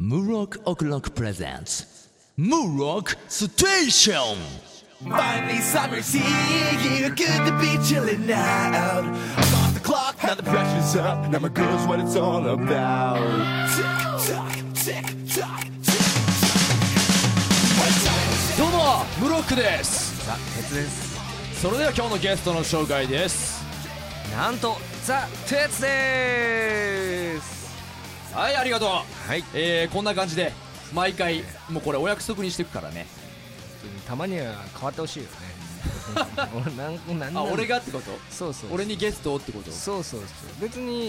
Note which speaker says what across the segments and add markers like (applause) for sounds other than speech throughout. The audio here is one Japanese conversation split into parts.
Speaker 1: Murok O'Clock presents Murok Station!
Speaker 2: Finally, summer's here. Yeah, good to be chilling out. I'm off the clock, now the pressure's up. Now my girl's what it's all about. Tick tock, tick tock, tick tock.
Speaker 3: どうもムロックです
Speaker 4: ザ・鉄です
Speaker 3: それでは今日のゲストの紹介です
Speaker 4: なんとザ・鉄です
Speaker 3: はいありがとう、
Speaker 4: はい
Speaker 3: えー、こんな感じで毎回もうこれお約束にしていくからね
Speaker 4: たまには変わってほしいよ
Speaker 3: (laughs)
Speaker 4: ね俺なんなん
Speaker 3: あ
Speaker 4: なん
Speaker 3: 俺がってこと
Speaker 4: そうそう
Speaker 3: 俺にゲストをってこと
Speaker 4: そうそうそう別に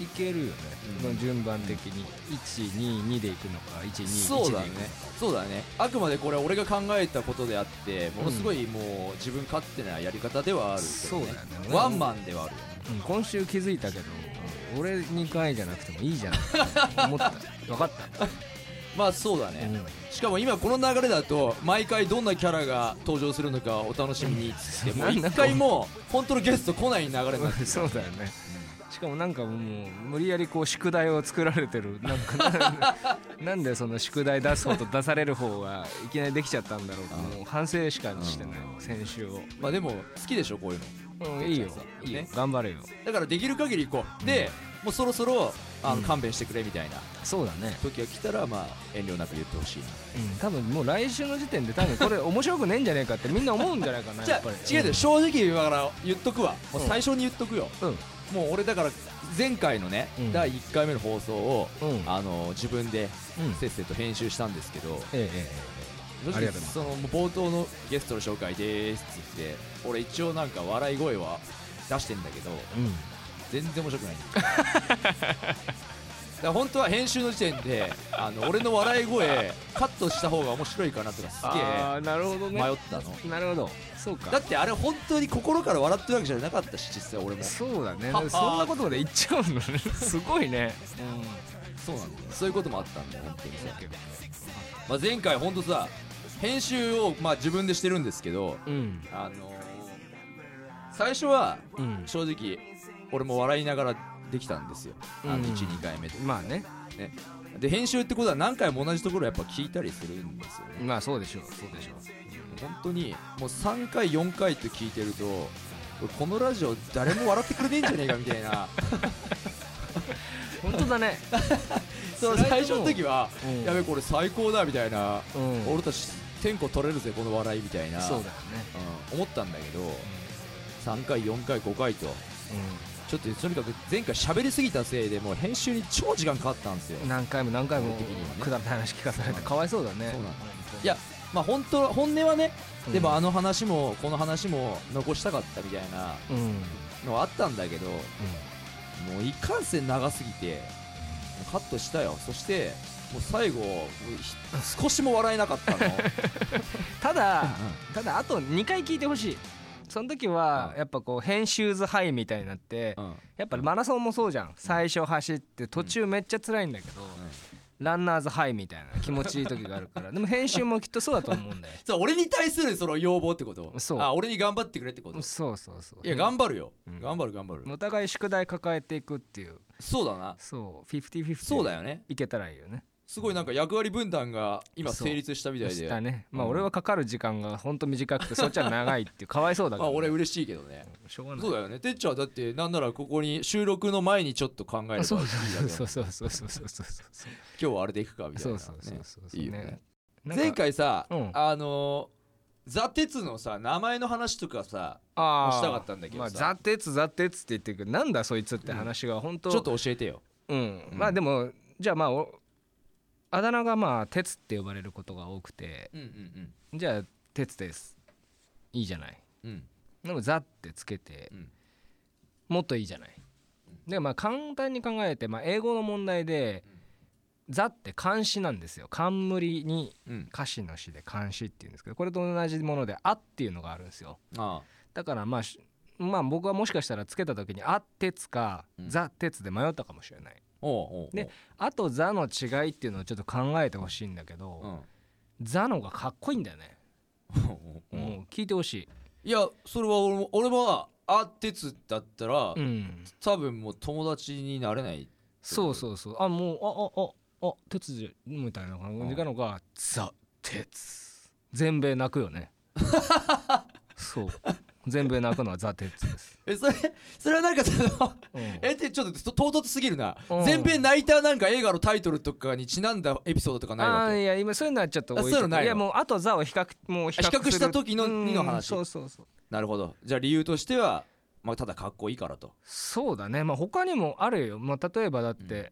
Speaker 4: いけるよね、この順番的に122でいくのか121
Speaker 3: そうだ
Speaker 4: で
Speaker 3: ね
Speaker 4: いくのか
Speaker 3: そうだねあくまでこれ俺が考えたことであってものすごいもう自分勝手なやり方ではあるけど、ね
Speaker 4: そうだよね
Speaker 3: ワンマンではあるよね
Speaker 4: うん今週気づいたけど俺2回じゃなくてもいいじゃんって思った
Speaker 3: (laughs)
Speaker 4: 分かった、
Speaker 3: まあそうだね、
Speaker 4: うん
Speaker 3: しかも今この流れだと毎回どんなキャラが登場するのかお楽しみにっつってもう一回もう本当のゲスト来ない流れになって
Speaker 4: (laughs) そうだよね、しかもなんかもう無理やりこう宿題を作られてるなんかなんでそ (laughs) の宿題出す方と出される方がいきなりできちゃったんだろうかもう反省しかしてない先週を、
Speaker 3: まあでも好きでしょこういうの
Speaker 4: うん、いいよいいよ頑張れよ
Speaker 3: だからできる限り行こうでもうそろそろあの勘弁してくれみたいな
Speaker 4: そうだね、
Speaker 3: 時が来たらまあ遠慮なく言ってほしいな
Speaker 4: うん、多分もう来週の時点で多分これ面白くねえんじゃねえかってみんな思うんじゃないかな
Speaker 3: じ
Speaker 4: や
Speaker 3: ゃ
Speaker 4: っぱり
Speaker 3: あ違うで正直言うから言っとくわもう最初に言っとくよ
Speaker 4: うん
Speaker 3: もう俺だから前回のね
Speaker 4: うん
Speaker 3: 第1回目の放送を
Speaker 4: うん
Speaker 3: あの自分で
Speaker 4: うん
Speaker 3: せっせと編集したんですけど
Speaker 4: えええありがとうございます
Speaker 3: そのもう冒頭のゲストの紹介でーすっつって俺一応なんか笑い声は出してんだけど
Speaker 4: えええうん
Speaker 3: 全然面白くない (laughs) だから本当は編集の時点であの俺の笑い声カットした方が面白いかなとかす
Speaker 4: ああなるほど
Speaker 3: げ
Speaker 4: ね
Speaker 3: え迷ったの
Speaker 4: なるほどそうか
Speaker 3: だってあれ本当に心から笑ってるわけじゃなかったし実際俺も
Speaker 4: そうだね
Speaker 3: はは
Speaker 4: そんなことまで言っちゃ (laughs) うのねすごいね、
Speaker 3: そうなんだよそういうこともあったんだよ本当にさ、まあ、前回本当さ編集をまあ自分でしてるんですけど
Speaker 4: うん
Speaker 3: あのー最初は
Speaker 4: うん
Speaker 3: 正直俺も笑いながらできたんですよ、あ
Speaker 4: うん
Speaker 3: の12回目で
Speaker 4: まあね
Speaker 3: ねで編集ってことは何回も同じところやっぱ聞いたりするんですよね
Speaker 4: まあそうでしょうそうでしょう
Speaker 3: 本当にもう3回4回って聞いてるとこのラジオ誰も笑ってくれねえんじゃねえかみたいな
Speaker 4: 本当だね
Speaker 3: (laughs) そう
Speaker 4: 辛いと思う
Speaker 3: 最初の時は、
Speaker 4: うん
Speaker 3: やべこれ最高だみたいな、
Speaker 4: うん
Speaker 3: 俺たち天候取れるぜこの笑いみたいな
Speaker 4: そうだよね
Speaker 3: うん思ったんだけど、3回4回5回とちょっととにかく前回喋りすぎたせいでもう編集に超時間かかったんですよ
Speaker 4: うん何回も何回も
Speaker 3: 俺的にはね
Speaker 4: くだらない話聞かされてかわいそうだね
Speaker 3: そうなんだいやまあ本当本音はね、
Speaker 4: うん
Speaker 3: でもあの話もこの話も残したかったみたいな
Speaker 4: うんうん
Speaker 3: のはあったんだけどもういかんせん長すぎてもうカットしたよそしてもう最後もうひ少しも笑えなか
Speaker 4: (laughs)
Speaker 3: ったの
Speaker 4: ただただあと2回聞いてほしいその時は
Speaker 3: うん
Speaker 4: やっぱこう編集図ハイみたいになって
Speaker 3: うん、うん
Speaker 4: やっぱマラソンもそうじゃん最初走って途中めっちゃ辛いんだけどランナーズハイみたいな気持ちいい時があるからでも編集もきっとそうだと思うんだよ
Speaker 3: そう俺に対するその要望ってこと
Speaker 4: そう
Speaker 3: あ俺に頑張ってくれってこと
Speaker 4: (laughs) そうそうそう
Speaker 3: いや頑張るよ、
Speaker 4: ん
Speaker 3: 頑張る頑張る、
Speaker 4: お互い宿題抱えていくっていう
Speaker 3: そうだな
Speaker 4: そうフィフティフィフティ
Speaker 3: そうだよね
Speaker 4: いけたらいいよね
Speaker 3: すごいなんか役割分担が今
Speaker 4: そう
Speaker 3: 成立したみたいで
Speaker 4: したねまあ
Speaker 3: うん
Speaker 4: 俺はかかる時間がほんと短くてそっちは長いっていうか (laughs) わいそうだけ
Speaker 3: まあ
Speaker 4: ど
Speaker 3: 俺嬉しいけどね
Speaker 4: しょうがない
Speaker 3: そうだよねてっちゃんはだってなんならここに収録の前にちょっと考えればいいだけ
Speaker 4: そ
Speaker 3: だ
Speaker 4: う
Speaker 3: もん
Speaker 4: そう
Speaker 3: 今
Speaker 4: そうそうそうそうそうそう
Speaker 3: 日はあれでいくかみたい
Speaker 4: そう
Speaker 3: な
Speaker 4: そう
Speaker 3: ね
Speaker 4: そうそう
Speaker 3: いいよね
Speaker 4: なんか
Speaker 3: 前回さ、
Speaker 4: うん
Speaker 3: あのーザ・鉄のさ名前の話とかさ
Speaker 4: あー
Speaker 3: したかったんだけど
Speaker 4: まあ
Speaker 3: さ
Speaker 4: ザ・鉄ザ・鉄って言ってるけどなんだそいつって話が本当
Speaker 3: ちょっと教えてよ
Speaker 4: うんまあでもじゃあまあおあだ名がまあ鉄って呼ばれることが多くて
Speaker 3: うんうん
Speaker 4: じゃあ鉄ですいいじゃない
Speaker 3: うんうん
Speaker 4: でも「ザ」ってつけて、
Speaker 3: うん
Speaker 4: もっといいじゃない。でまあ簡単に考えて、まあ、英語の問題で「ザ」って漢詩なんですよ。冠に
Speaker 3: うん
Speaker 4: 歌詞の詩で漢詩っていうんですけどこれと同じもので「あ」っていうのがあるんですよ。
Speaker 3: あ
Speaker 4: だからまあしまあ僕はもしかしたらつけた時に「あ」鉄か「
Speaker 3: うん
Speaker 4: ザ」鉄で迷ったかもしれない。
Speaker 3: あおうおうおう
Speaker 4: であと「ザ」の違いっていうのをちょっと考えてほしいんだけ
Speaker 3: う
Speaker 4: ど
Speaker 3: ん
Speaker 4: 「ザ」の方がかっこいいんだよね。もう聞いてほしい。
Speaker 3: いやそれは俺も俺はあ鉄だったら、
Speaker 4: うん
Speaker 3: 多分もう友達になれない
Speaker 4: そうそうそうあもうああ鉄じゃみたいな感じなのがザ・鉄全米泣く
Speaker 3: (laughs)
Speaker 4: よねそう全米泣くのはザ・鉄です、
Speaker 3: えそれそれはなんかその
Speaker 4: うん
Speaker 3: えってちょっと唐突すぎるな
Speaker 4: うん
Speaker 3: 全編ナイターなんか映画のタイトルとかにちなんだエピソードとかない
Speaker 4: あ
Speaker 3: わ
Speaker 4: ー
Speaker 3: け
Speaker 4: いや今そういうのはちょっと置い
Speaker 3: あそうい
Speaker 4: て
Speaker 3: うのないの
Speaker 4: やもうあとザを比較もう比較する
Speaker 3: 比較した時の
Speaker 4: うん
Speaker 3: にの話
Speaker 4: そうそうそう
Speaker 3: なるほどじゃあ理由としてはまあただかっこいいからと
Speaker 4: そうだねまあ他にもあるよまあ例えばだって、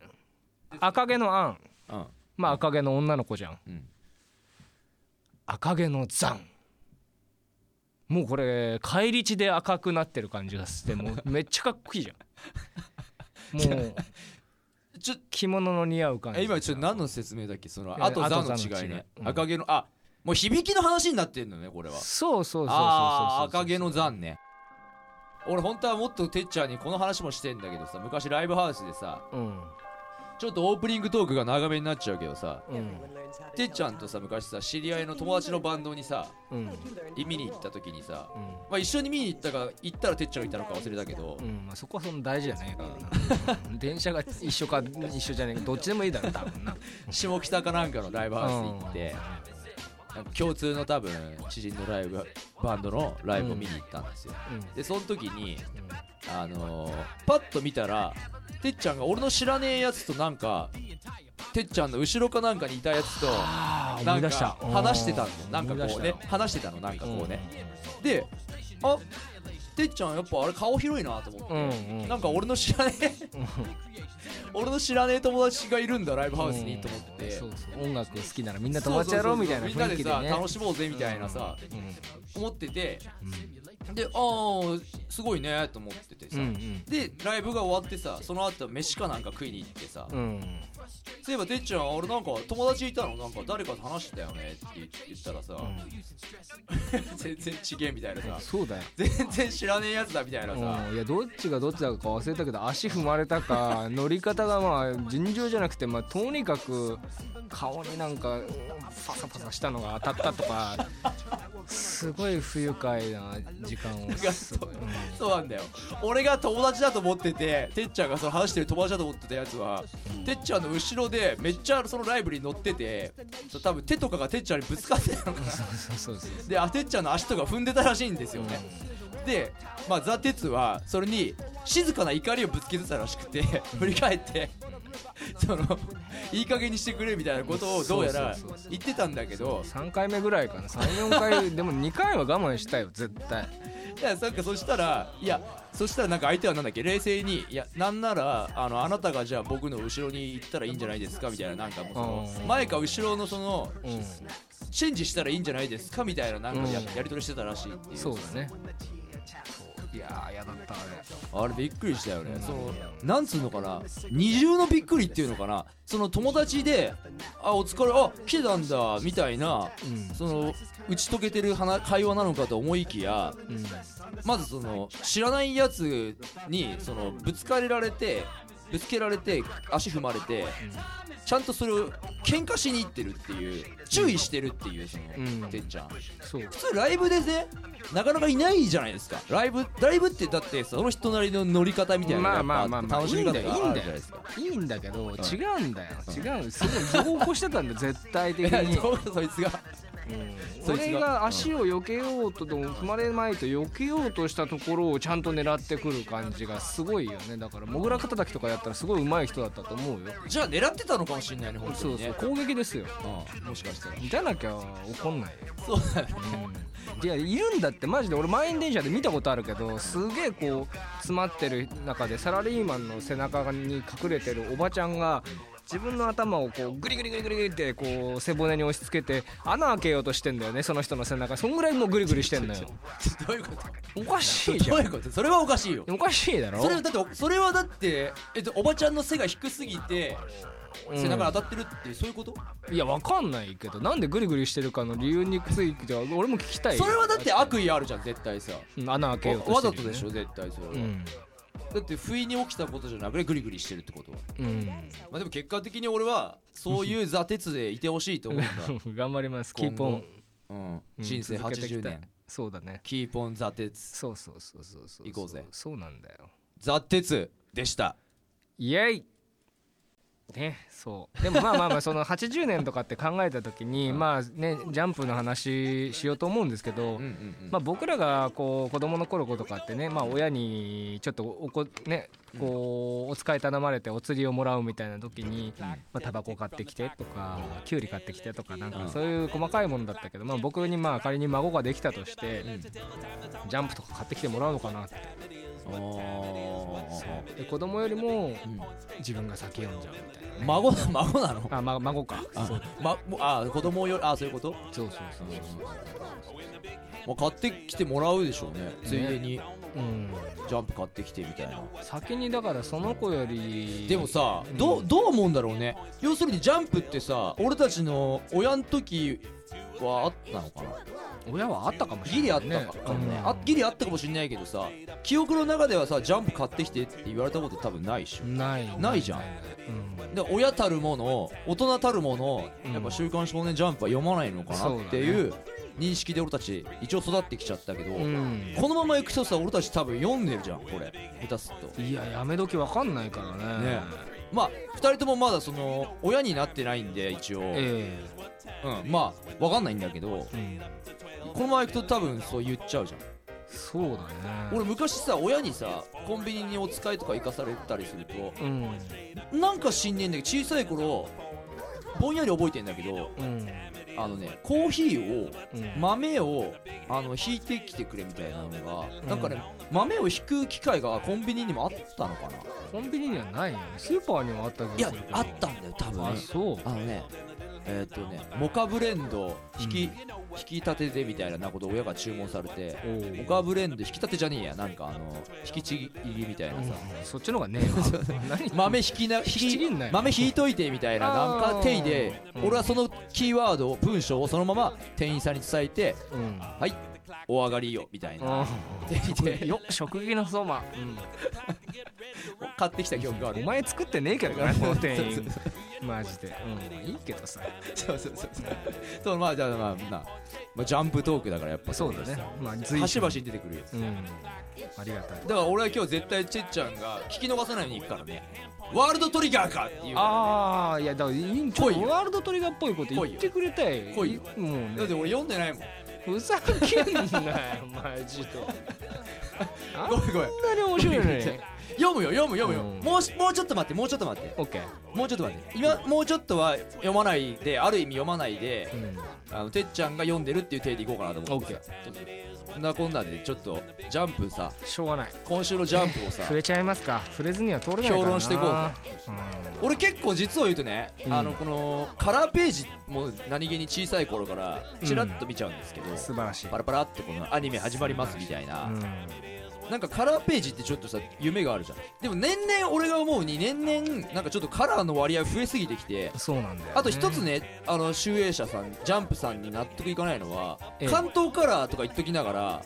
Speaker 4: 赤毛のアン
Speaker 3: うん
Speaker 4: まあ赤毛の女の子じゃん、
Speaker 3: うん
Speaker 4: 赤毛のザンもうこれ返り血で赤くなってる感じがして
Speaker 3: (laughs)
Speaker 4: もうめっちゃかっこいいじゃんもう
Speaker 3: ちょ
Speaker 4: 着物の似合う感じ
Speaker 3: え今ちょっと何の説明だっけその
Speaker 4: や
Speaker 3: あと「ザ」
Speaker 4: あとザ
Speaker 3: の
Speaker 4: の
Speaker 3: 違いね
Speaker 4: 違いうん
Speaker 3: 赤毛のあもう響きの話になってんのねこれは
Speaker 4: そうそうそうそうそうそう
Speaker 3: ああー赤毛の残ね俺本当はもっとてっちゃんにこの話もしてんだけどさ昔ライブハウスでさ
Speaker 4: うん
Speaker 3: ちょっとオープニングトークが長めになっちゃうけどさ
Speaker 4: うん
Speaker 3: てっちゃんとさ昔さ知り合いの友達のバンドにさ
Speaker 4: うんうん
Speaker 3: い見に行った時にさ、まあ、一緒に見に行ったか行ったらてっちゃんがいたのか忘れたけど、
Speaker 4: うんまあ、そこはそんな大事じ
Speaker 3: (laughs)
Speaker 4: ゃねえからな電車が一緒か一緒じゃねえかどっちでもいいだろ多
Speaker 3: (laughs)
Speaker 4: 分な
Speaker 3: 下北かなんかのライブハウス行って、
Speaker 4: う
Speaker 3: なんか共通の多分知人のライブバンドのライブを見に行ったんですよ、
Speaker 4: んうん
Speaker 3: でその時にあのーパッと見たらてっちゃんが俺の知らねえやつとなんかてっちゃんの後ろかなんかにいたやつと
Speaker 4: あ
Speaker 3: なんか話してたのなんかこう
Speaker 4: 思い出
Speaker 3: ね
Speaker 4: し
Speaker 3: 話してたのなんかこうね、であてっちゃんやっぱあれ顔広いなと思って、
Speaker 4: うんうん
Speaker 3: なんか俺の知らねえ俺の知らねえ友達がいるんだライブハウスにと思ってて、
Speaker 4: そうそう音楽好きならみんな友達やろうみたい
Speaker 3: そ
Speaker 4: な
Speaker 3: うそうそ
Speaker 4: 雰囲
Speaker 3: う
Speaker 4: 気
Speaker 3: みん
Speaker 4: で
Speaker 3: なで
Speaker 4: ね
Speaker 3: さ楽しもうぜみたいなさ、思ってて、でああすごいねと思っててさ、
Speaker 4: うんうん
Speaker 3: でライブが終わってさその後飯かなんか食いに行ってさ、
Speaker 4: うん
Speaker 3: そういえばてっちゃん俺なんか友達いたのなんか誰かと話してたよねって言言ったらさ、全然ちげえみたいなさ
Speaker 4: そうだよ
Speaker 3: 全然知らねえやつだみたいなさ、
Speaker 4: うん、いやどっちがどっちだか忘れたけど足踏まれたか乗り方がまあ尋常じゃなくて、まあ、とにかく顔になんかうんパサパサしたのが当たったとかすごい不愉快な時間を (laughs) すごい、うん
Speaker 3: そうなんだよ俺が友達だと思ってててっちゃんがその話してる友達だと思ってたやつは、てっちゃんの後ろでめっちゃそのライブに乗っててそう多分手とかがてっちゃんにぶつかってたのかな
Speaker 4: そうそうそう
Speaker 3: であてっちゃんの足とか踏んでたらしいんですよね、で、まあ、ザ・テツはそれに静かな怒りをぶつけてたらしくて振り返ってそのいい加減にしてくれみたいなことをどうやら
Speaker 4: そうそうそう
Speaker 3: 言ってたんだけど
Speaker 4: 3回目ぐらいかな34回でも2回は我慢したよ絶対
Speaker 3: いやなんかそしたらいやそしたらなんか相手はなんだっけ冷静にいやなんならあのあなたがじゃあ僕の後ろに行ったらいいんじゃないですかみたいななんかもうその
Speaker 4: うん
Speaker 3: 前か後ろのその
Speaker 4: うん
Speaker 3: チェンジしたらいいんじゃないですかみたいななんかや,、
Speaker 4: うん
Speaker 3: やり取りしてたらしいっていう
Speaker 4: そうだねいやー嫌だったあれ
Speaker 3: あれびっくりしたよね、そのなんつうのかな二重のびっくりっていうのかなその友達で「あお疲れあ来てたんだ」みたいな、
Speaker 4: うん
Speaker 3: その打ち解けてる話会話なのかと思いきや
Speaker 4: うん
Speaker 3: まずその知らないやつにそのぶつかれられてぶつけられて足踏まれて、ちゃんとそれを喧嘩しに行ってるっていう注意してるっていうその、
Speaker 4: うん
Speaker 3: てっちゃん。
Speaker 4: そう
Speaker 3: 普通ライブでねなかなかいないじゃないですかライブライブってだってその人なりの乗り方みたいなのが
Speaker 4: ま
Speaker 3: や
Speaker 4: あ
Speaker 3: っ
Speaker 4: まあ
Speaker 3: ぱ
Speaker 4: まあまあ
Speaker 3: 楽しみ方があるじゃ
Speaker 4: いいん
Speaker 3: な
Speaker 4: だ
Speaker 3: い
Speaker 4: よ
Speaker 3: ですか
Speaker 4: いいんだけど違うんだよ違うすごい情報してたんだよ絶対的
Speaker 3: いや
Speaker 4: (laughs) に
Speaker 3: そうそいつがそいつが
Speaker 4: 俺が足を避けようとでも踏まれまいと避けようとしたところをちゃんと狙ってくる感じがすごいよねだからモグラ肩たきとかやったらすごい上手い人だったと思うよ
Speaker 3: じゃあ狙ってたのかもしれないね本当
Speaker 4: そう
Speaker 3: に
Speaker 4: そう
Speaker 3: ね
Speaker 4: 攻撃ですよ
Speaker 3: うんもしかしたら
Speaker 4: じゃなきゃ怒んないよ
Speaker 3: そうだね
Speaker 4: (laughs) いやいるんだってマジで俺満員電車で見たことあるけどすげえこう詰まってる中でサラリーマンの背中に隠れてるおばちゃんが自分の頭をこうグリグリグリグリグリってこう背骨に押し付けて穴開けようとしてんだよねその人の背中そんぐらいもうグリグリしてんだよ
Speaker 3: どういうこと
Speaker 4: おかしいじ
Speaker 3: ど
Speaker 4: ゃ
Speaker 3: うんいうことそれはおかしいよ
Speaker 4: おかしいだろ
Speaker 3: それはだってそれはだって、えっと、おばちゃんの背が低すぎて背中に当たってるっていうそういうこと
Speaker 4: いやわかんないけどなんでグリグリしてるかの理由については俺も聞きたいよ
Speaker 3: それはだって悪意あるじゃん絶対さ
Speaker 4: うん穴開けようとして
Speaker 3: わ
Speaker 4: る
Speaker 3: ざ
Speaker 4: よね
Speaker 3: とでしょ絶対それは、
Speaker 4: うん
Speaker 3: だって不意に起きたことじゃなくてグリグリしてるってことは
Speaker 4: うん
Speaker 3: まあでも結果的に俺はそういう座鉄でいてほしいと思うんだ、
Speaker 4: (laughs) 頑張りますキーポン
Speaker 3: うん、人生
Speaker 4: 続けていき
Speaker 3: 80
Speaker 4: たい
Speaker 3: 年
Speaker 4: そうだね
Speaker 3: キーポン座鉄
Speaker 4: そうそうそうそうそう
Speaker 3: 行こうぜ
Speaker 4: そうなんだよ
Speaker 3: 座鉄でした
Speaker 4: イエイね、そうでもまあまあまあその80年とかって考えた時
Speaker 3: (laughs)
Speaker 4: にまあねジャンプの話しようと思うんですけど、まあ、僕らがこう子供の頃とかってね、まあ、親にちょっとおこ、ね、こうお使い頼まれてお釣りをもらうみたいな時に、まあ、タバコ買ってきてとかきゅうり買ってきてとかなんかそういう細かいものだったけど、まあ、僕にまあ仮に孫ができたとして、ジャンプとか買ってきてもらうのかなってで子供よりも自分が先読んじゃうみたいな、ね、
Speaker 3: 孫孫なの
Speaker 4: あ、ま、孫か
Speaker 3: あ
Speaker 4: そう
Speaker 3: ま、もうあ子供よりあそういうこと、
Speaker 4: そうそうそう
Speaker 3: まあ、買ってきてもらうでしょうねついでに
Speaker 4: うん
Speaker 3: ジャンプ買ってきてみたいな
Speaker 4: 先にだからその子より
Speaker 3: でもさどうどう思うんだろうね要するにジャンプってさ俺たちの親の時はあったのかな
Speaker 4: 親はあったかもし
Speaker 3: ギ
Speaker 4: れ
Speaker 3: リ
Speaker 4: な
Speaker 3: あ
Speaker 4: い
Speaker 3: っ、たかかもね、
Speaker 4: うん
Speaker 3: あギリあったかもしれないけどさ記憶の中ではさジャンプ買ってきてって言われたこと多分ないでしょ
Speaker 4: ない
Speaker 3: ないじゃん
Speaker 4: うん
Speaker 3: で親たるもの大人たるもの
Speaker 4: うん
Speaker 3: やっぱ「週刊少年ジャンプ」は読まないのか
Speaker 4: そうだ
Speaker 3: な
Speaker 4: ね
Speaker 3: っていう認識で俺たち一応育ってきちゃったけど、
Speaker 4: うん
Speaker 3: このままいくとさ俺たち多分読んでるじゃんこれ下手すっと
Speaker 4: いややめ時わかんないからね
Speaker 3: ねまあ2人ともまだその親になってないんで一応、
Speaker 4: え
Speaker 3: うん、まあわかんないんだけど
Speaker 4: えうん
Speaker 3: このままいくと多分そう言っちゃうじゃん
Speaker 4: そうだね
Speaker 3: 俺昔さ親にさコンビニにお使いとか行かされたりすると
Speaker 4: うん
Speaker 3: なんか知んねえんだけど小さい頃ぼんやり覚えてんだけど
Speaker 4: うん
Speaker 3: あのねコーヒーを
Speaker 4: うん
Speaker 3: 豆をあの引いてきてくれみたいなのが、なんかね豆を引く機会がコンビニにもあったのかな
Speaker 4: コンビニにはないよねスーパーにもあった
Speaker 3: い
Speaker 4: けど
Speaker 3: やあったんだよ多分
Speaker 4: あそう
Speaker 3: あのねえーっとねモカブレンド引き、
Speaker 4: うん
Speaker 3: 引き立てでみたいなことを親が注文されて
Speaker 4: おう
Speaker 3: モカブレンド引き立てじゃねえやなんかあの引きちぎりみたいなさ、
Speaker 4: うんそっちの方がねえわ何
Speaker 3: 豆引きな引
Speaker 4: きちぎんなよ
Speaker 3: 豆引いといてみたいな
Speaker 4: あ
Speaker 3: なん
Speaker 4: ー
Speaker 3: か定位で
Speaker 4: うん
Speaker 3: 俺はそのキーワードを文章をそのまま店員さんに伝えて
Speaker 4: う
Speaker 3: 「
Speaker 4: ん
Speaker 3: はいお上がりよ」みたいな定位で
Speaker 4: よ食撃の相馬、
Speaker 3: 買ってきた記憶があ
Speaker 4: うん、お
Speaker 3: る
Speaker 4: 前作ってねえけどなこの店員マジで、うん、いいけどさ
Speaker 3: そうそうそうそうそうまあじゃあまあまあ、まあ、ジャンプトークだからやっぱ
Speaker 4: そうだねまあ
Speaker 3: 端
Speaker 4: 随所
Speaker 3: 々
Speaker 4: に
Speaker 3: に出てくるよ
Speaker 4: うんありがたい
Speaker 3: だから俺は今日絶対チェッちゃんが聞き逃さないように行くからねワールドトリガーかっていうだ
Speaker 4: ああいやだからいいんちょ
Speaker 3: ぽいよ
Speaker 4: ワールドトリガーっぽいこと言ってくれたい
Speaker 3: ぽいよ
Speaker 4: もうね
Speaker 3: って俺読んでないもん
Speaker 4: ふざけ (laughs) んなよマジであん
Speaker 3: ごめんごめん
Speaker 4: なに面白い
Speaker 3: (laughs)
Speaker 4: のに
Speaker 3: 読むよ読む読むよ、
Speaker 4: うん
Speaker 3: もうしもうちょっと待ってもうちょっと待って
Speaker 4: オッケー
Speaker 3: もうちょっと待って今もうちょっとは読まないである意味読まないで、
Speaker 4: うん
Speaker 3: あのてっちゃんが読んでるっていう体でいこうかなと思って
Speaker 4: オッ
Speaker 3: ちょっとそんなこんなでちょっとジャンプさ
Speaker 4: しょうがない
Speaker 3: 今週のジャンプをさ
Speaker 4: 触れちゃいますか触れずには通れないからな
Speaker 3: 評論していこうぜ
Speaker 4: うん
Speaker 3: 俺結構実を言うとね、
Speaker 4: うん
Speaker 3: あのこのカラーページも何気に小さい頃からちらっと見ちゃうんですけど、
Speaker 4: 素晴らしい
Speaker 3: パラパラってこのアニメ始まりますみたいな、
Speaker 4: うん
Speaker 3: なんかカラーページってちょっとさ夢があるじゃんでも年々俺が思うに年々なんかちょっとカラーの割合増えすぎてきて
Speaker 4: そうなんだよね
Speaker 3: あと一つね、あの集英社さんジャンプさんに納得いかないのは、
Speaker 4: ええ
Speaker 3: 関東カラーとか言っときながら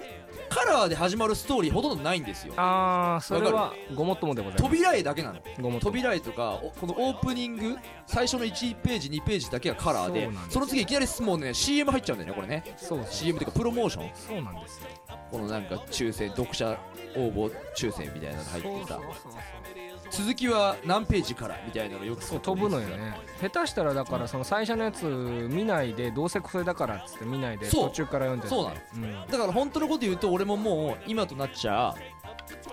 Speaker 3: カラーで始まるストーリーほとんどないんですよ
Speaker 4: ああそれはごもっともでございます
Speaker 3: 扉絵だけなの
Speaker 4: ごもっとも
Speaker 3: 扉絵とかおこのオープニング最初の1ページ2ページだけがカラーで
Speaker 4: そ
Speaker 3: そう
Speaker 4: なんです
Speaker 3: の次いきなりもうね CM 入っちゃうんだよねこれね
Speaker 4: そうそう
Speaker 3: CM っていうかプロモーション
Speaker 4: そうなんですよ
Speaker 3: このなんか抽選読者応募抽選みたいなの入ってさ続きは何ページからみたいなのよく
Speaker 4: そう飛ぶのよね下手したらだからその最初のやつ見ないでどうせこれだからっつって見ないで
Speaker 3: そう
Speaker 4: 途中から読んで
Speaker 3: そうな
Speaker 4: の
Speaker 3: だから本当のこと言うと俺ももう今となっちゃ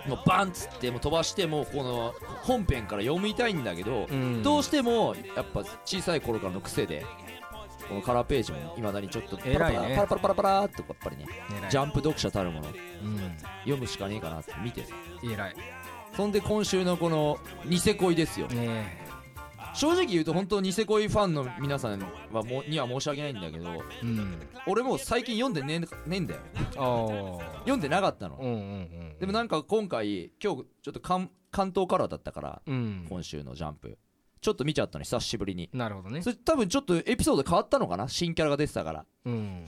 Speaker 3: もうバンっつってもう飛ばしてもうこの本編から読みたいんだけど、
Speaker 4: うん
Speaker 3: どうしてもやっぱ小さい頃からの癖でこのカラーページもいまだにちょっとパラパラ
Speaker 4: 偉いね
Speaker 3: パラパラパラパラっとやっぱりねジャンプ読者たるもの
Speaker 4: う
Speaker 3: 読むしかねえかなって見て
Speaker 4: ん偉い
Speaker 3: そんで今週のこのニセ恋ですよ
Speaker 4: ね
Speaker 3: 正直言うと本当ニセ恋ファンの皆さんはもには申し訳ないんだけど
Speaker 4: えうん
Speaker 3: 俺もう最近読んでねえねえんだよ
Speaker 4: ああ
Speaker 3: 読んでなかったの
Speaker 4: うんうんうん
Speaker 3: でもなんか今回今日ちょっと関関東カラーだったから
Speaker 4: うん
Speaker 3: 今週のジャンプちょっと見ちゃったの久しぶりに
Speaker 4: なるほどね
Speaker 3: それ多分ちょっとエピソード変わったのかな新キャラが出てたから
Speaker 4: うん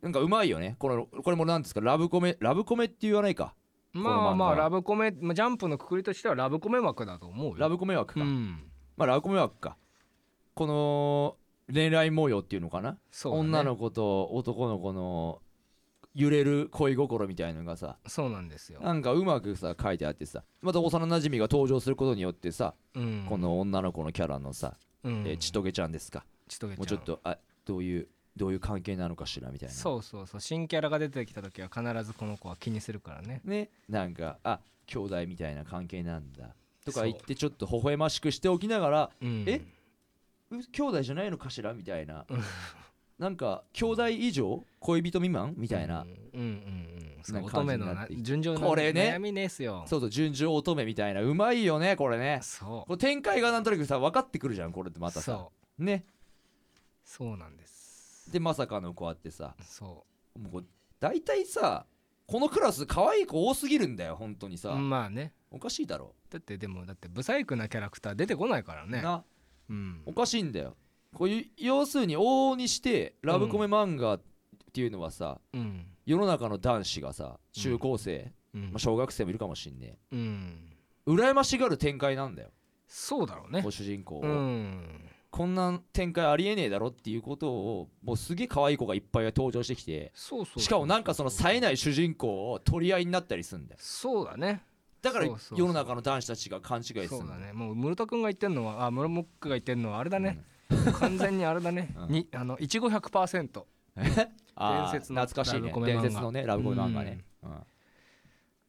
Speaker 3: なんかうまいよねこれこれもなんですかラブコメラブコメって言わないか
Speaker 4: まあ
Speaker 3: この漫画
Speaker 4: まあ
Speaker 3: は
Speaker 4: ラブコメまあジャンプのくくりとしてはラブコメ枠だと思うよ
Speaker 3: ラブコメ枠か、
Speaker 4: うん
Speaker 3: まあラブコメ枠かこの恋愛模様っていうのかな、
Speaker 4: そうだね
Speaker 3: 女の子と男の子の揺れる恋心みたいのがさ
Speaker 4: そうなんですよ、
Speaker 3: なんかうまくさ書いてあってさまた幼なじみが登場することによってさ、
Speaker 4: うん、
Speaker 3: この女の子のキャラのさ、
Speaker 4: うん、
Speaker 3: えーちとげちゃんですか
Speaker 4: ちとげちゃん
Speaker 3: もうちょっとあどういうどういう関係なのかしらみたいな
Speaker 4: そうそうそう新キャラが出てきた時は必ずこの子は気にするからね
Speaker 3: ねなんかあ兄弟みたいな関係なんだとか言ってちょっと微笑ましくしておきながら
Speaker 4: うん
Speaker 3: えう兄弟じゃないのかしらみたい
Speaker 4: (laughs)
Speaker 3: ななんか兄弟以上恋人未満みたいな、
Speaker 4: うんうんうんそう
Speaker 3: な
Speaker 4: 乙
Speaker 3: 感じ
Speaker 4: 女
Speaker 3: に
Speaker 4: の
Speaker 3: なっ
Speaker 4: な
Speaker 3: ていく
Speaker 4: 純情な
Speaker 3: これね
Speaker 4: 悩みですよ
Speaker 3: そうそう純情乙女みたいなうまいよねこれね
Speaker 4: そ
Speaker 3: こう展開がなんとなくさ分かってくるじゃんこれって
Speaker 4: う
Speaker 3: またさ
Speaker 4: そう
Speaker 3: ね
Speaker 4: そうなんです
Speaker 3: でまさかの子あってさ
Speaker 4: そ
Speaker 3: もうこう大体さこのクラス可愛い子多すぎるんだよ本当にさ、
Speaker 4: うまあね
Speaker 3: おかしいだろ、
Speaker 4: だってでもだってブサイクなキャラクター出てこないからね
Speaker 3: な
Speaker 4: うん
Speaker 3: おかしいんだよこういう要するに往々にしてラブコメ漫画っていうのはさ、
Speaker 4: うん
Speaker 3: 世の中の男子がさ中高生、
Speaker 4: うん
Speaker 3: まあ、小学生もいるかもしんね
Speaker 4: うん
Speaker 3: え羨ましがる展開なんだよ
Speaker 4: そうだろうね
Speaker 3: ご主人公を、
Speaker 4: うん
Speaker 3: こんな展開ありえねえだろっていうことをもうすげえ可愛い子がいっぱい登場してきて
Speaker 4: そうそう
Speaker 3: しかもなんかその冴えない主人公を取り合いになったりすんだよ
Speaker 4: そうだね
Speaker 3: だから
Speaker 4: そうそうそう
Speaker 3: 世の中の男子たちが勘違いするんだ
Speaker 4: そ
Speaker 3: よ
Speaker 4: うだねもう室田君が言ってんのはあ室モックが言ってんのはあれだね、完全にあれだね、
Speaker 3: うん
Speaker 4: にあのいちご100%
Speaker 3: (laughs) あー
Speaker 4: 伝説の
Speaker 3: 懐かしい
Speaker 4: ラ
Speaker 3: ね
Speaker 4: ブコメ漫
Speaker 3: 伝
Speaker 4: 画
Speaker 3: 説のねラブコメ漫画ね、うん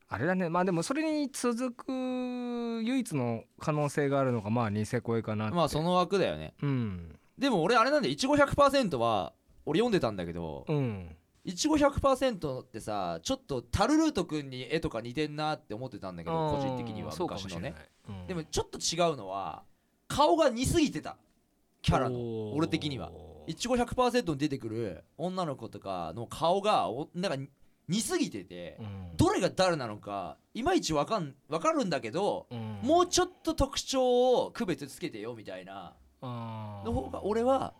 Speaker 4: あれだねまあでもそれに続く唯一の可能性があるのがまあニセ恋かなって
Speaker 3: まあその枠だよね
Speaker 4: うん
Speaker 3: でも俺あれなんでいちご100%は俺読んでたんだけど
Speaker 4: うん
Speaker 3: いちご100%ってさちょっとタルルート君に絵とか似てんなって思ってたんだけど個人的には
Speaker 4: そうか
Speaker 3: 昔
Speaker 4: もし
Speaker 3: の
Speaker 4: れない
Speaker 3: ね、
Speaker 4: うん
Speaker 3: でもちょっと違うのは顔が似すぎてたキャラの
Speaker 4: おー
Speaker 3: 俺的にはいちご100%に出てくる女の子とかの顔がおなんか似すぎてて
Speaker 4: うん
Speaker 3: どれが誰なのかいまいちわかんわかるんだけど
Speaker 4: うん
Speaker 3: もうちょっと特徴を区別つけてよみたいな
Speaker 4: あー
Speaker 3: の方が俺は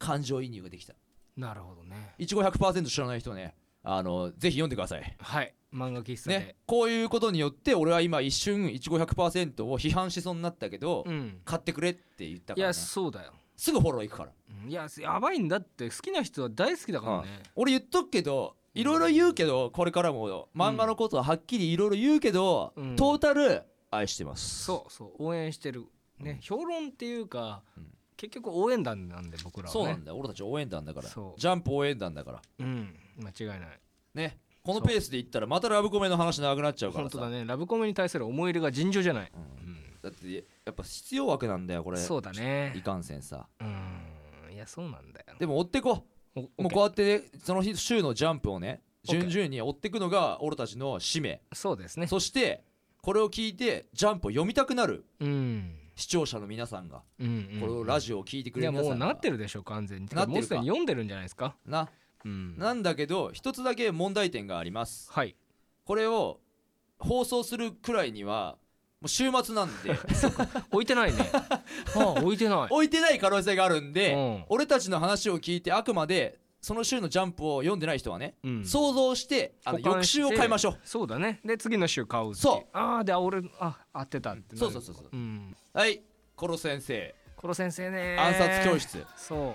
Speaker 3: 感情移入ができた
Speaker 4: なるほどね
Speaker 3: いちご100%知らない人ねあのぜひ読んでください
Speaker 4: はい漫画喫茶で、
Speaker 3: ね、こういうことによって俺は今一瞬いちご100%を批判しそうになったけど、
Speaker 4: うん
Speaker 3: 買ってくれって言ったか
Speaker 4: い
Speaker 3: ら、
Speaker 4: や
Speaker 3: ね、
Speaker 4: そうだよ
Speaker 3: すぐフォロー行くから、
Speaker 4: うんいややばいんだって好きな人は大好きだからね
Speaker 3: 俺言っとくけどいろいろ言うけどこれからも漫画のことははっきりいろいろ言うけど、
Speaker 4: うん
Speaker 3: トータル愛してます
Speaker 4: そうそう応援してるね評論っていうか
Speaker 3: うん
Speaker 4: 結局応援団なんで僕らはね
Speaker 3: そうなんだよ俺たち応援団だから
Speaker 4: そう
Speaker 3: ジャンプ応援団だから
Speaker 4: うん間違いない
Speaker 3: ねこのペースでいったらまたラブコメの話長くなっちゃうから
Speaker 4: 本
Speaker 3: さ
Speaker 4: 当だねラブコメに対する思い入れが尋常じゃない、うん
Speaker 3: だってやっぱ必要枠なんだよこれ
Speaker 4: そうだ
Speaker 3: い
Speaker 4: ね
Speaker 3: かんせんさ
Speaker 4: うんいやそうなんだよ
Speaker 3: でも追ってこ
Speaker 4: お
Speaker 3: うもう
Speaker 4: OK
Speaker 3: こうやってねその日週のジャンプをね
Speaker 4: OK
Speaker 3: 順々に追っていくのが俺たちの使命
Speaker 4: そうですね
Speaker 3: そしてこれを聞いてジャンプを読みたくなる
Speaker 4: うん
Speaker 3: 視聴者の皆さんが
Speaker 4: うんうん
Speaker 3: このラジオを聞いてくれる
Speaker 4: い
Speaker 3: 皆
Speaker 4: や
Speaker 3: さ
Speaker 4: もうん
Speaker 3: が
Speaker 4: なってるでしょ完全に
Speaker 3: なってるか
Speaker 4: もうすでに読んでるんじゃないですか
Speaker 3: な
Speaker 4: うん
Speaker 3: なんだけど一つだけ問題点があります
Speaker 4: はい
Speaker 3: これを放送するくらいにはもう週末なん
Speaker 4: (laughs)
Speaker 3: で
Speaker 4: 置い
Speaker 3: (laughs)
Speaker 4: てないねはあ置いてない
Speaker 3: 置いてない可能性があるんで、
Speaker 4: うん
Speaker 3: 俺たちの話を聞いてあくまでその週のジャンプを読んでない人はね、
Speaker 4: うん
Speaker 3: 想像してあの
Speaker 4: 保管
Speaker 3: 翌
Speaker 4: して
Speaker 3: 週を買いましょう
Speaker 4: そうだねで次の週買うってい
Speaker 3: そう
Speaker 4: ああであ俺あ合ってたってなる
Speaker 3: そうそうそうそう
Speaker 4: うん
Speaker 3: はいコロ先生
Speaker 4: コロ先生ね
Speaker 3: 暗殺教室
Speaker 4: そ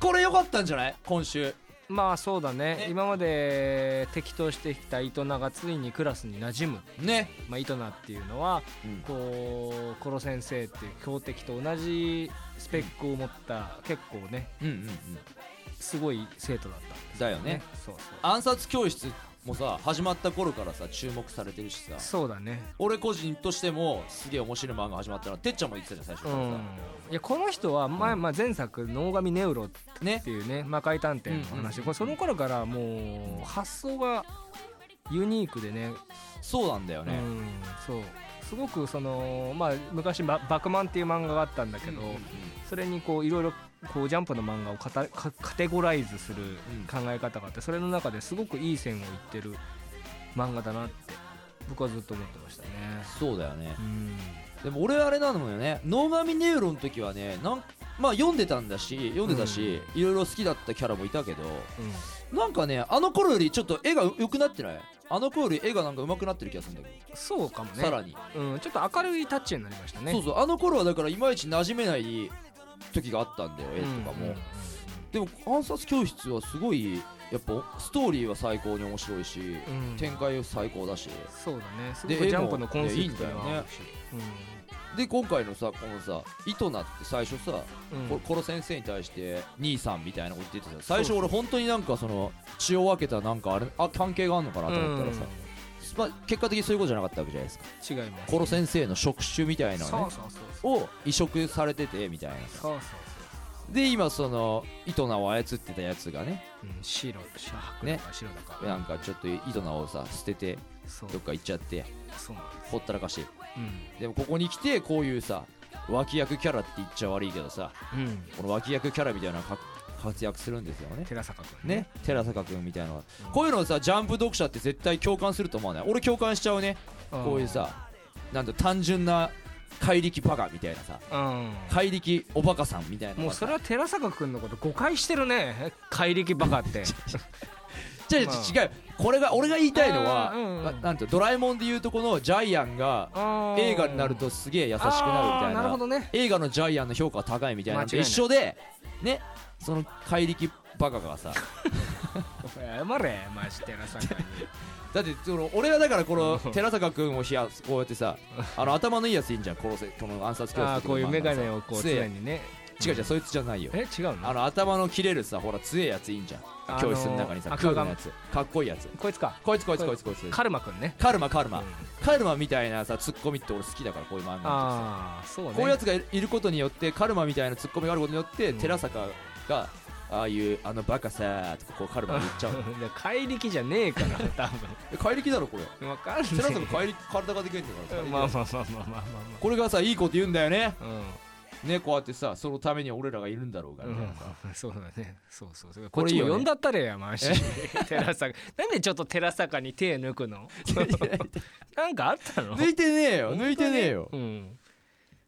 Speaker 3: これ良かったんじゃない今週
Speaker 4: うまあそうだね
Speaker 3: ね
Speaker 4: 今まで敵としてきたイトナがついにクラスに馴染む
Speaker 3: ね
Speaker 4: まあ、イトナっていうのは、
Speaker 3: うん
Speaker 4: こうコロ先生っていう強敵と同じスペックを持った、結構ね
Speaker 3: うんうんうん
Speaker 4: すごい生徒だったんで
Speaker 3: だよ
Speaker 4: す
Speaker 3: ね
Speaker 4: そうそう
Speaker 3: 暗殺教室もさ始まった頃からさ注目されてるしさ
Speaker 4: そうだね
Speaker 3: 俺個人としてもすげえ面白い漫画始まったなてっちゃんも言ってたじゃん最初
Speaker 4: う
Speaker 3: からさ
Speaker 4: ん、いやこの人は前,、まあ、前作「能神ネウロ」っ
Speaker 3: ね
Speaker 4: ていうね魔界探偵の話、
Speaker 3: うんうん
Speaker 4: これその頃からもう発想がユニークでね
Speaker 3: そうなんだよ
Speaker 4: う
Speaker 3: ね、
Speaker 4: ん、そうすごくその、まあ、昔「ババクマン」っていう漫画があったんだけど、
Speaker 3: うんうんうん
Speaker 4: それにこういろいろこうジャンプの漫画をカタカカテゴライズする
Speaker 3: うん
Speaker 4: 考え方があってそれの中ですごくいい線をいってる漫画だなって僕はずっと思ってましたね
Speaker 3: そうだよね
Speaker 4: うん
Speaker 3: でも俺あれなのよね「ノーガミネウロ」の時はねなんまあ読んでたんだし読んでたし、いろいろ好きだったキャラもいたけどなんかねあの頃よりちょっと絵が良くなってないあの頃より絵がなんか上手くなってる気がするんだけど、
Speaker 4: そうかもね
Speaker 3: さらに、
Speaker 4: うん、ちょっと明るいタッチになりましたね
Speaker 3: そうそうあの頃はだからいまいち馴染めない時があったんだよ絵とかも、
Speaker 4: うんうんうん
Speaker 3: でも暗殺教室はすごいやっぱストーリーは最高に面白いし、
Speaker 4: ん
Speaker 3: 展開最高だし
Speaker 4: そうだねすご
Speaker 3: で
Speaker 4: くジャンプのコンセプト
Speaker 3: 絵もねいいんだよね
Speaker 4: うん
Speaker 3: で今回のさこのさ糸なって最初さ、
Speaker 4: うん
Speaker 3: こコロ先生に対して兄さんみたいなこと言ってたじゃん最初俺本当になんかその血を分けたなんかあれあ関係があるのかなと思ったらさ、まあ、結果的にそういうことじゃなかったわけじゃないですか
Speaker 4: うん違います
Speaker 3: コロ先生の職種みたいな
Speaker 4: そ
Speaker 3: の
Speaker 4: う
Speaker 3: ね
Speaker 4: そうそうそう
Speaker 3: を移植されててみたいなさ
Speaker 4: そうそう
Speaker 3: で今その糸なを操ってたやつがね
Speaker 4: そう、うん、白白だか白だか、
Speaker 3: なんかちょっと糸なをさ捨てて
Speaker 4: そう
Speaker 3: どっか行っちゃって
Speaker 4: そうなんです
Speaker 3: ほったらかし
Speaker 4: うん
Speaker 3: でもここに来てこういうさ脇役キャラって言っちゃ悪いけどさ
Speaker 4: うん
Speaker 3: この脇役キャラみたいなのが活躍するんですよね
Speaker 4: 寺坂君
Speaker 3: ね寺坂君みたいなのがこういうのさジャンプ読者って絶対共感すると思わない俺共感しちゃうねこういうさなんだ単純な怪力バカみたいなさ
Speaker 4: うん
Speaker 3: 怪力おバカさんみたいな
Speaker 4: もうそれは寺坂君のこと誤解してるね怪力バカって
Speaker 3: (laughs) 違う違う
Speaker 4: まあ
Speaker 3: 違うこれが俺が言いたいのは、
Speaker 4: あーうんうん
Speaker 3: ななんていうのドラえもんでいうとこのジャイアンが映画になるとすげえ優しくなるみた
Speaker 4: あー
Speaker 3: い
Speaker 4: な
Speaker 3: な
Speaker 4: るほどね
Speaker 3: 映画のジャイアンの評価は高いみたいなのと一緒でねその怪力バカがさ
Speaker 4: 謝れマジ
Speaker 3: (laughs)
Speaker 4: 寺坂に
Speaker 3: だってその俺はだからこの寺坂君を冷やすこうやってさあの頭のいいやついいんじゃんこのせこの暗殺教室
Speaker 4: ああ
Speaker 3: と
Speaker 4: こういう眼鏡をこう
Speaker 3: 強
Speaker 4: 常
Speaker 3: え
Speaker 4: にね
Speaker 3: 違う違うそいつじゃないよ
Speaker 4: え違うの
Speaker 3: あの頭の切れるさほら強えやついいんじゃん
Speaker 4: あのー
Speaker 3: 教室の中にさ
Speaker 4: 赤
Speaker 3: クー
Speaker 4: 髪
Speaker 3: ルなやつかっこいいやつ
Speaker 4: こいつか
Speaker 3: こいつこいつこいつこいつ
Speaker 4: カルマ君ね
Speaker 3: カルマカルマ、
Speaker 4: うん
Speaker 3: カルマみたいなさツッコミって俺好きだからこういう漫画のさ
Speaker 4: ああそうね
Speaker 3: こういうやつがいるいることによってカルマみたいなツッコミがあることによって、
Speaker 4: うん
Speaker 3: 寺坂がああいうあのバカさーとかこうカルマが言っちゃう
Speaker 4: いや怪力じゃねえから多
Speaker 3: え怪力だ
Speaker 4: (laughs)
Speaker 3: ろこれ
Speaker 4: 分わかんない
Speaker 3: 寺坂怪力体ができるんだから怪力
Speaker 4: まあまあまあまあまあまあ
Speaker 3: これがさいいこと言うんだよね
Speaker 4: まあうん
Speaker 3: ねこうやってさそのために俺らがいるんだろうがみたいなさ、
Speaker 4: うんそうだねそうそうそうこ
Speaker 3: こ
Speaker 4: っ
Speaker 3: れいい
Speaker 4: ち
Speaker 3: よね
Speaker 4: も呼んだったれやマジ寺坂なんでちょっと寺坂に手抜くのなんかあったの
Speaker 3: 抜いてねえよ抜いてねえよ
Speaker 4: うん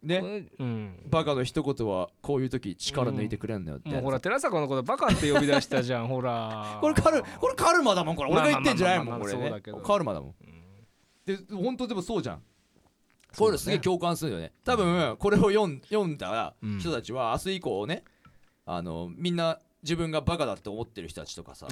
Speaker 3: ね
Speaker 4: うん
Speaker 3: バカの一言はこういう時力抜いてくれんのよって、
Speaker 4: もうほら寺坂のことバカって呼び出したじゃんほ
Speaker 3: (laughs)
Speaker 4: ら
Speaker 3: これカルこれカルマだもんこれ俺が言ってんじゃないも
Speaker 4: まあ
Speaker 3: ん
Speaker 4: ま
Speaker 3: こ
Speaker 4: あまあ
Speaker 3: れ
Speaker 4: まあま
Speaker 3: ね
Speaker 4: あそうだけど
Speaker 3: カルマだもんで本当でもそうじゃんこういうのすげえ共感するよね多分これを読ん読んだ
Speaker 4: うん
Speaker 3: 人たちは明日以降ねあのみんな自分がバカだって思ってる人たちとか
Speaker 4: (laughs)
Speaker 3: さ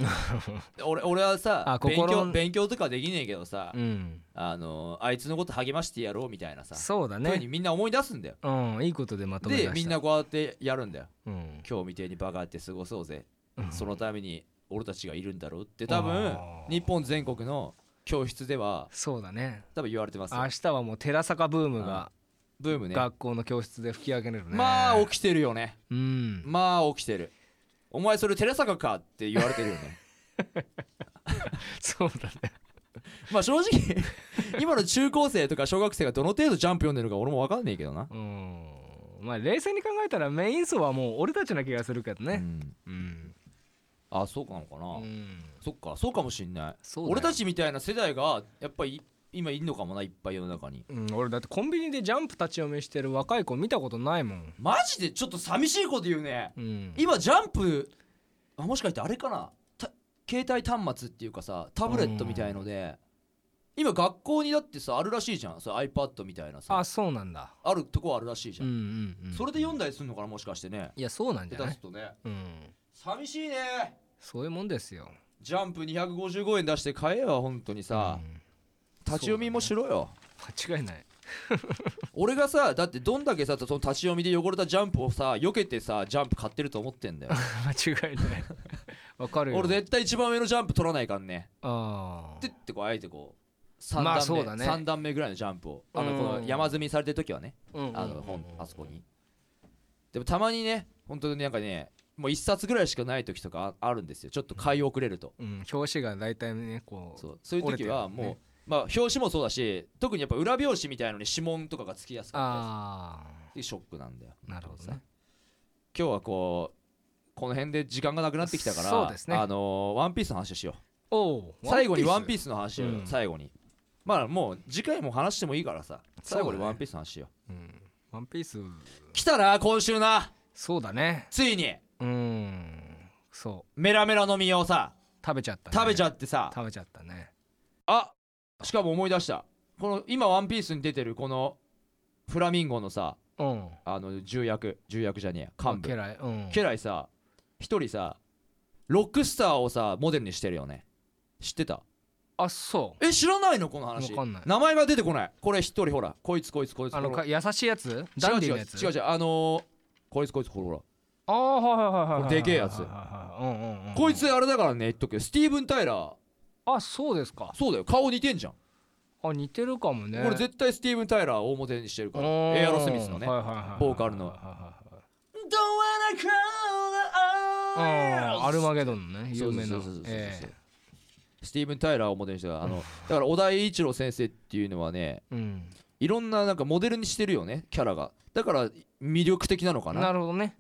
Speaker 3: 俺俺はさ
Speaker 4: あ
Speaker 3: 勉
Speaker 4: 心
Speaker 3: 強
Speaker 4: の
Speaker 3: 勉強とかできねえけどさ
Speaker 4: うん
Speaker 3: あのあいつのこと励ましてやろうみたいなさ
Speaker 4: そうだ
Speaker 3: そういう風に
Speaker 4: ね
Speaker 3: みんな思い出すんだよ
Speaker 4: うんいいことでまとめ出し
Speaker 3: で
Speaker 4: た
Speaker 3: みんなこうやってやるんだよ
Speaker 4: うん
Speaker 3: 今日みてえにバカって過ごそうぜ
Speaker 4: うん
Speaker 3: そのために俺たちがいるんだろうって多分
Speaker 4: あー
Speaker 3: 日本全国の教室では
Speaker 4: そうだね
Speaker 3: 多分言われてますよ
Speaker 4: 明日はもう寺坂ブームが
Speaker 3: ブームね
Speaker 4: 学校の教室で吹き上げれるね
Speaker 3: まあ起きてるよね
Speaker 4: うん
Speaker 3: まあ起きてるお前それ寺坂かって言われてるよ
Speaker 4: (laughs)
Speaker 3: ね
Speaker 4: そうだね
Speaker 3: まあ正直 (laughs) 今の中高生とか小学生がどの程度ジャンプ読んでるのか俺も分かんねえけどな、
Speaker 4: うんまあ冷静に考えたらメイン層はもう俺たちな気がするけど
Speaker 3: う
Speaker 4: ね
Speaker 3: ん、
Speaker 4: うん、
Speaker 3: あそうかのかな、
Speaker 4: うん、
Speaker 3: そっかそうかもしんない
Speaker 4: そうだよ
Speaker 3: 俺たちみたいな世代がやっぱり今いんのかもないっぱい世の中に
Speaker 4: うん俺だってコンビニでジャンプ立ち読みしてる若い子見たことないもん、
Speaker 3: マジでちょっと寂しいこと言うね
Speaker 4: うん、
Speaker 3: 今ジャンプあもしかしてあれかなた携帯端末っていうかさタブレットみたいので今学校にだってさあるらしいじゃんそれ iPad みたいなさ
Speaker 4: あそうなんだ
Speaker 3: あるとこあるらしいじ
Speaker 4: う
Speaker 3: ゃ
Speaker 4: ん
Speaker 3: ん、
Speaker 4: うんうん
Speaker 3: それで読んだりするのかなもしかしてね
Speaker 4: いやそうなんじ
Speaker 3: 下手
Speaker 4: ゃな
Speaker 3: す
Speaker 4: い、
Speaker 3: とね
Speaker 4: うん、
Speaker 3: 寂しいね
Speaker 4: そういうもんですよ
Speaker 3: ジャンプ255円出して買えよ本当にさ、
Speaker 4: うん
Speaker 3: 立ち読みもしろよ、
Speaker 4: 間違いない
Speaker 3: 俺がさだってどんだけさその立ち読みで汚れたジャンプをさ避けてさジャンプ買ってると思ってんだよ
Speaker 4: 間違い (laughs) ないわかるよ
Speaker 3: 俺絶対一番上のジャンプ取らないかんね
Speaker 4: あ
Speaker 3: ってってこうあえてこう3段目、
Speaker 4: まあそうだね
Speaker 3: 三段目ぐらいのジャンプをあの
Speaker 4: うん
Speaker 3: この山積みされてる時はね
Speaker 4: あ、うんうん
Speaker 3: あの本あそこにでもたまにね本当になんかねもう1冊ぐらいしかない時とかああるんですよちょっと買い遅れると、
Speaker 4: うん、表紙が大体ねこう
Speaker 3: そうそういう時はもう、
Speaker 4: 折れて
Speaker 3: まあ表紙もそうだし特にやっぱ裏表紙みたいのに指紋とかがつきやすかっ
Speaker 4: あ
Speaker 3: たりショックなんだよ
Speaker 4: あなるほどね
Speaker 3: 今日はこうこの辺で時間がなくなってきたから
Speaker 4: そうですね
Speaker 3: あのーワンピースの話しよう
Speaker 4: おお
Speaker 3: 最後にワンピ
Speaker 4: ー
Speaker 3: ースの話しようよ
Speaker 4: うん
Speaker 3: 最後にまあもう次回も話してもいいからさ最後にワンピースの話しよう
Speaker 4: ス、うん、ワンピース
Speaker 3: 来たな今週な
Speaker 4: そうだね
Speaker 3: ついに
Speaker 4: うんそう
Speaker 3: メラメラの実をさ
Speaker 4: 食べちゃった、
Speaker 3: 食べちゃ
Speaker 4: っ
Speaker 3: ってさ
Speaker 4: 食べちゃったね
Speaker 3: あしかも思い出したこの今ワンピースに出てるこのフラミンゴのさ
Speaker 4: うん
Speaker 3: あの重役重役じゃねえや幹
Speaker 4: 家
Speaker 3: 部
Speaker 4: 来うん
Speaker 3: 家来さ一人さロックスターをさモデルにしてるよね知ってた
Speaker 4: あそう
Speaker 3: え知らないのこの話
Speaker 4: わかんない
Speaker 3: 名前が出てこないこれ一人ほらこいつこいつこいつ
Speaker 4: あの
Speaker 3: ほら
Speaker 4: か優しいやつ
Speaker 3: 違
Speaker 4: ダン
Speaker 3: う
Speaker 4: ディー
Speaker 3: 違う
Speaker 4: の
Speaker 3: 違
Speaker 4: やつ
Speaker 3: う違うあのーこいつこいつほらほら
Speaker 4: ああはいはいはいはいはい
Speaker 3: でけえやつ
Speaker 4: はいはいはいうんうんうん
Speaker 3: こいつあれだからね言っとくけどスティーブン・タイラー
Speaker 4: あそうですか
Speaker 3: そうだよ顔似てんじゃん
Speaker 4: あ似てるかもね
Speaker 3: これ絶対スティーブン・タイラーを表にしてるから
Speaker 4: うん
Speaker 3: エアロスミスのね
Speaker 4: はいはいはいはい
Speaker 3: ボーカルの
Speaker 4: はいはいはい
Speaker 3: Don't wanna call the
Speaker 4: あ
Speaker 3: others
Speaker 4: ーアルマゲドンのね
Speaker 3: そ
Speaker 4: 有
Speaker 3: うそう
Speaker 4: 名
Speaker 3: そ
Speaker 4: な
Speaker 3: うそうそうそう
Speaker 4: ええ
Speaker 3: スティーブン・タイラーをモデルにしてたあのだから小田栄一郎先生っていうのはね
Speaker 4: うん
Speaker 3: いろんななんかモデルにしてるよねキャラがだから魅力的なのかな
Speaker 4: なるほどね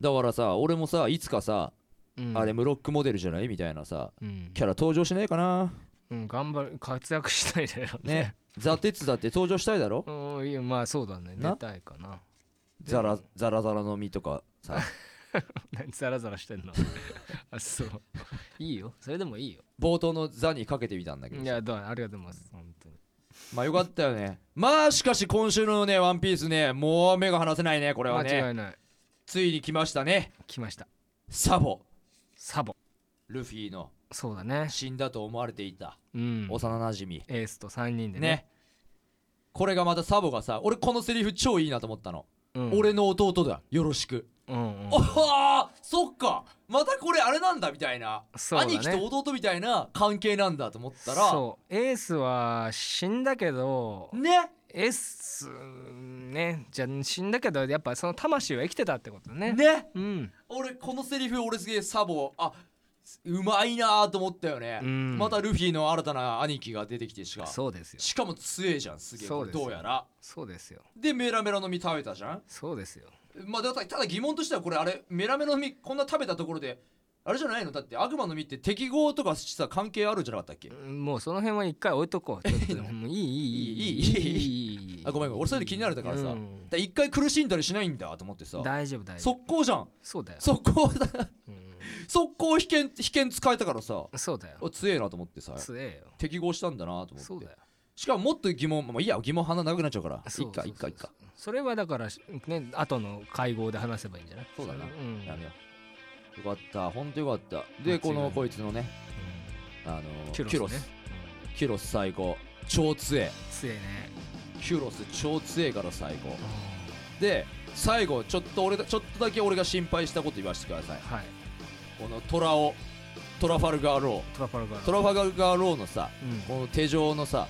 Speaker 3: だからさ俺もさいつかさ、
Speaker 4: うん
Speaker 3: あれムロックモデルじゃないみたいなさ
Speaker 4: うん
Speaker 3: キャラ登場しないかな
Speaker 4: うん頑張る活躍したいだよね
Speaker 3: ねザ・テツだって登場したいだろ
Speaker 4: うんいやまあそうだね
Speaker 3: な
Speaker 4: 出たいかな (laughs)
Speaker 3: ザラザラザラの実とかさ
Speaker 4: 何ザラザラし
Speaker 3: (laughs)
Speaker 4: てんのあそういいよそれでもいいよ
Speaker 3: 冒頭の「ザ」にかけてみたんだけど
Speaker 4: いやどうありがとうございます本当に
Speaker 3: まあよかったよねまあしかし今週のね「ワンピースねもう目が離せないねこれは
Speaker 4: 間
Speaker 3: ね
Speaker 4: 違いない
Speaker 3: ついに来ましたね
Speaker 4: 来ました
Speaker 3: サボ
Speaker 4: サボ
Speaker 3: ルフィの
Speaker 4: そうだね
Speaker 3: 死んだと思われていた
Speaker 4: うん
Speaker 3: 幼なじみ
Speaker 4: エースと3人で
Speaker 3: ね
Speaker 4: ね
Speaker 3: これがまたサボがさ俺このセリフ超いいなと思ったの、
Speaker 4: うん
Speaker 3: 俺の弟だよろしく、
Speaker 4: うんうん
Speaker 3: ああそっかまたこれあれなんだみたいな、
Speaker 4: そうだね
Speaker 3: 兄貴と弟みたいな関係なんだと思ったら
Speaker 4: そうエースは死んだけど
Speaker 3: ね
Speaker 4: エースねじゃあ死んだけどやっぱその魂は生きてたってことね
Speaker 3: ね
Speaker 4: うん
Speaker 3: 俺このセリフ俺すげえサボあうまいなーと思ったよね、
Speaker 4: うん
Speaker 3: またルフィの新たな兄貴が出てきてしか
Speaker 4: そうですよ
Speaker 3: しかも強えじゃんすげえ
Speaker 4: そうですよ
Speaker 3: どうやら
Speaker 4: そうですよ
Speaker 3: でメラメラの実食べたじゃん
Speaker 4: そうですよ
Speaker 3: まあだからただ疑問としてはこれあれメラメラの実こんな食べたところであれじゃないのだって悪魔の実って適合とかさ関係あるんじゃなかったっけ
Speaker 4: うんもうその辺は一回置いとこうちょっと
Speaker 3: (laughs)
Speaker 4: もういいいいい
Speaker 3: い
Speaker 4: い
Speaker 3: いいい
Speaker 4: いいいい
Speaker 3: あごめんごめん俺それで気になるだからさ、
Speaker 4: うん
Speaker 3: だから一回苦しんだりしないんだと思ってさ
Speaker 4: 大丈夫大丈夫
Speaker 3: 速攻じゃん
Speaker 4: そうだよ
Speaker 3: 速攻だ
Speaker 4: うん
Speaker 3: 速攻被験被験使えたからさ
Speaker 4: そうだよ
Speaker 3: あ強えなと思ってさ
Speaker 4: 強えよ
Speaker 3: 適合したんだなと思
Speaker 4: そ
Speaker 3: っ
Speaker 4: う
Speaker 3: て
Speaker 4: だよ
Speaker 3: しかももっと疑問まあいいや疑問鼻長くなっちゃうからい
Speaker 4: そう
Speaker 3: っか
Speaker 4: そう
Speaker 3: いっか
Speaker 4: そう
Speaker 3: いっか
Speaker 4: それはだからね後の会合で話せばいいんじゃない
Speaker 3: そうだな
Speaker 4: うん
Speaker 3: やめようよかったほんとよかったでこ
Speaker 4: 間違いな
Speaker 3: の
Speaker 4: い
Speaker 3: こいつのねあの
Speaker 4: キ
Speaker 3: キ
Speaker 4: ュロス
Speaker 3: ュ
Speaker 4: ね
Speaker 3: ロスキュロス最高超強え
Speaker 4: 強えね
Speaker 3: キュロス超強えから最高で最後ちょっと俺がちょっとだけ俺が心配したこと言わせてください
Speaker 4: はい
Speaker 3: このトラをトラファルガーロ
Speaker 4: トラパルガ
Speaker 3: ー
Speaker 4: ー
Speaker 3: トラファルガーローのさ
Speaker 4: うん
Speaker 3: この手錠のさ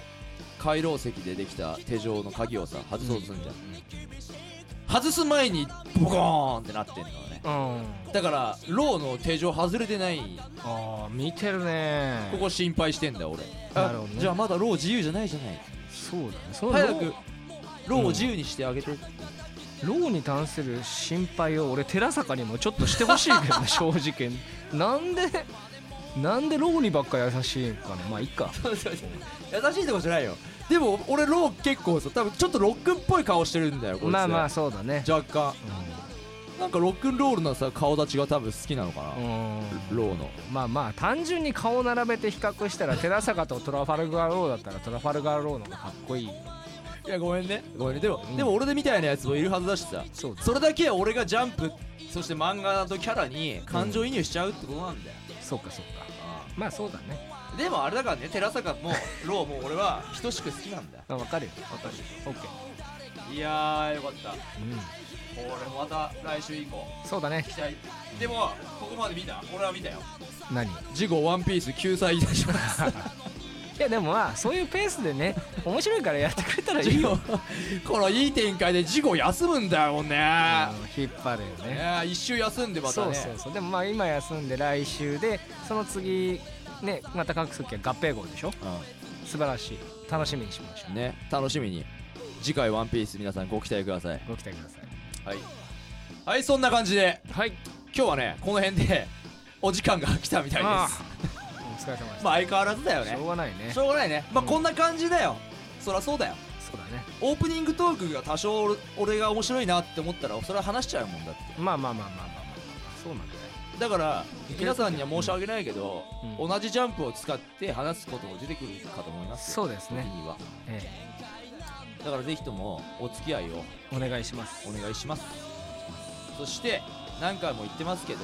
Speaker 3: 回廊石でできた手錠の鍵をさ外そうとするんじゃん外す前にボコーンってなってんのね
Speaker 4: うん
Speaker 3: だからローの手錠外れてない
Speaker 4: ああ見てるね
Speaker 3: ここ心配してんだ俺あ
Speaker 4: なるほどね
Speaker 3: じゃあまだロー自由じゃないじゃない
Speaker 4: そうだねその
Speaker 3: 早く
Speaker 4: ロ
Speaker 3: ローを自由にしてあげて、
Speaker 4: ーローに関する心配を俺寺坂にもちょっとしてほしいけどね (laughs) 正直なんでなんでローにばっか優しいんかねまあいいか
Speaker 3: そうそうそう (laughs) 優しいとこじゃないよでも俺ロー結構さ多分ちょっとロックンっぽい顔してるんだよこいつ
Speaker 4: (laughs) まあまあそうだね
Speaker 3: 若干なんかロックンロールのさ顔立ちが多分好きなのかな
Speaker 4: う、んうん
Speaker 3: ローの
Speaker 4: まあまあ単純に顔並べて比較したら寺坂とトラファルガーローだったらトラファルガーローの方がかっこいい
Speaker 3: いやごめんねごめんねでも、でも俺でみたいなやつもいるはずだしさ
Speaker 4: そうだ
Speaker 3: それだけは俺がジャンプそして漫画とキャラに感情移入しちゃうってことなんだよ、
Speaker 4: そうかそうかまあそうだね
Speaker 3: でもあれだからね寺坂もローも俺は等しく好きなんだ
Speaker 4: あわかるよわかるよオッケー
Speaker 3: いやーよかった
Speaker 4: う
Speaker 3: 俺また来週以降
Speaker 4: んそうだね
Speaker 3: 期待でもここまで見た俺は見たよ
Speaker 4: 何い
Speaker 3: 次号ワンピース救済いたします
Speaker 4: やでもまあそういうペースでね面白いからやってくれたらいい (laughs) よ
Speaker 3: (laughs) このいい展開で次号休むんだよもんね
Speaker 4: うん引っ張るよ
Speaker 3: い
Speaker 4: ね
Speaker 3: やー一周休んでまた
Speaker 4: そ
Speaker 3: ね
Speaker 4: うそうそうでもまあ今休んで来週でその次ねまた各席は合併号でしょ素晴らしい楽しみにしましょ
Speaker 3: うん
Speaker 4: う
Speaker 3: ね楽しみに次回ワンピース皆さんご期待ください
Speaker 4: ご期待ください
Speaker 3: はいはいそんな感じで
Speaker 4: はい
Speaker 3: 今日はねこの辺で (laughs) お時間が来たみたいです (laughs)
Speaker 4: ああお疲れ様でし
Speaker 3: まあ相変わらずだよ
Speaker 4: た
Speaker 3: ね
Speaker 4: しょうがないね
Speaker 3: しょうがないねまあ
Speaker 4: うん
Speaker 3: こんな感じだよそりゃそうだよ
Speaker 4: そうだね
Speaker 3: オープニングトークが多少俺俺が面白いなって思ったらそれは話しちゃうもんだって
Speaker 4: まあまあまあまあまあまあまあそうなんだよ
Speaker 3: だから皆さんには申し訳ないけど、
Speaker 4: うん
Speaker 3: 同じジャンプを使って話すことも出てくるかと思いますよ
Speaker 4: そうです
Speaker 3: 時
Speaker 4: ね、
Speaker 3: には
Speaker 4: え
Speaker 3: だからぜひともお付き合いを
Speaker 4: えお願いします
Speaker 3: お願いしますそして何回も言ってますけど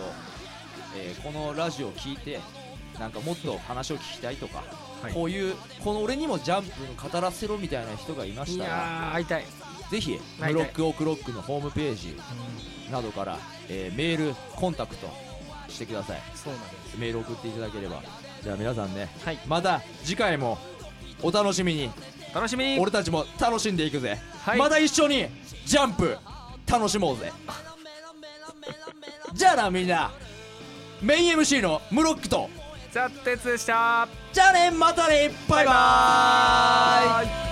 Speaker 3: えーこのラジオを聞いてなんかもっと話を聞きたいとか、
Speaker 4: はい
Speaker 3: こういうこの俺にもジャンプの語らせろみたいな人がいま
Speaker 4: い
Speaker 3: したら
Speaker 4: やー会いたい、
Speaker 3: ぜひ
Speaker 4: は
Speaker 3: ブ
Speaker 4: い
Speaker 3: ロックオクロックのホームページなどから、えーメールコンタクトしてください
Speaker 4: そうなんです
Speaker 3: メール送っていただければじゃあ皆さんね、
Speaker 4: はい
Speaker 3: また次回もお楽しみに
Speaker 4: 楽しみに
Speaker 3: 俺たちも楽しんでいくぜ、
Speaker 4: はい
Speaker 3: また一緒にジャンプ楽しもうぜ
Speaker 4: (laughs)
Speaker 3: じゃあなみんなメイン MC のムロックと
Speaker 4: ザ・鉄でした
Speaker 3: じゃあねまたねバイバーイ
Speaker 4: イ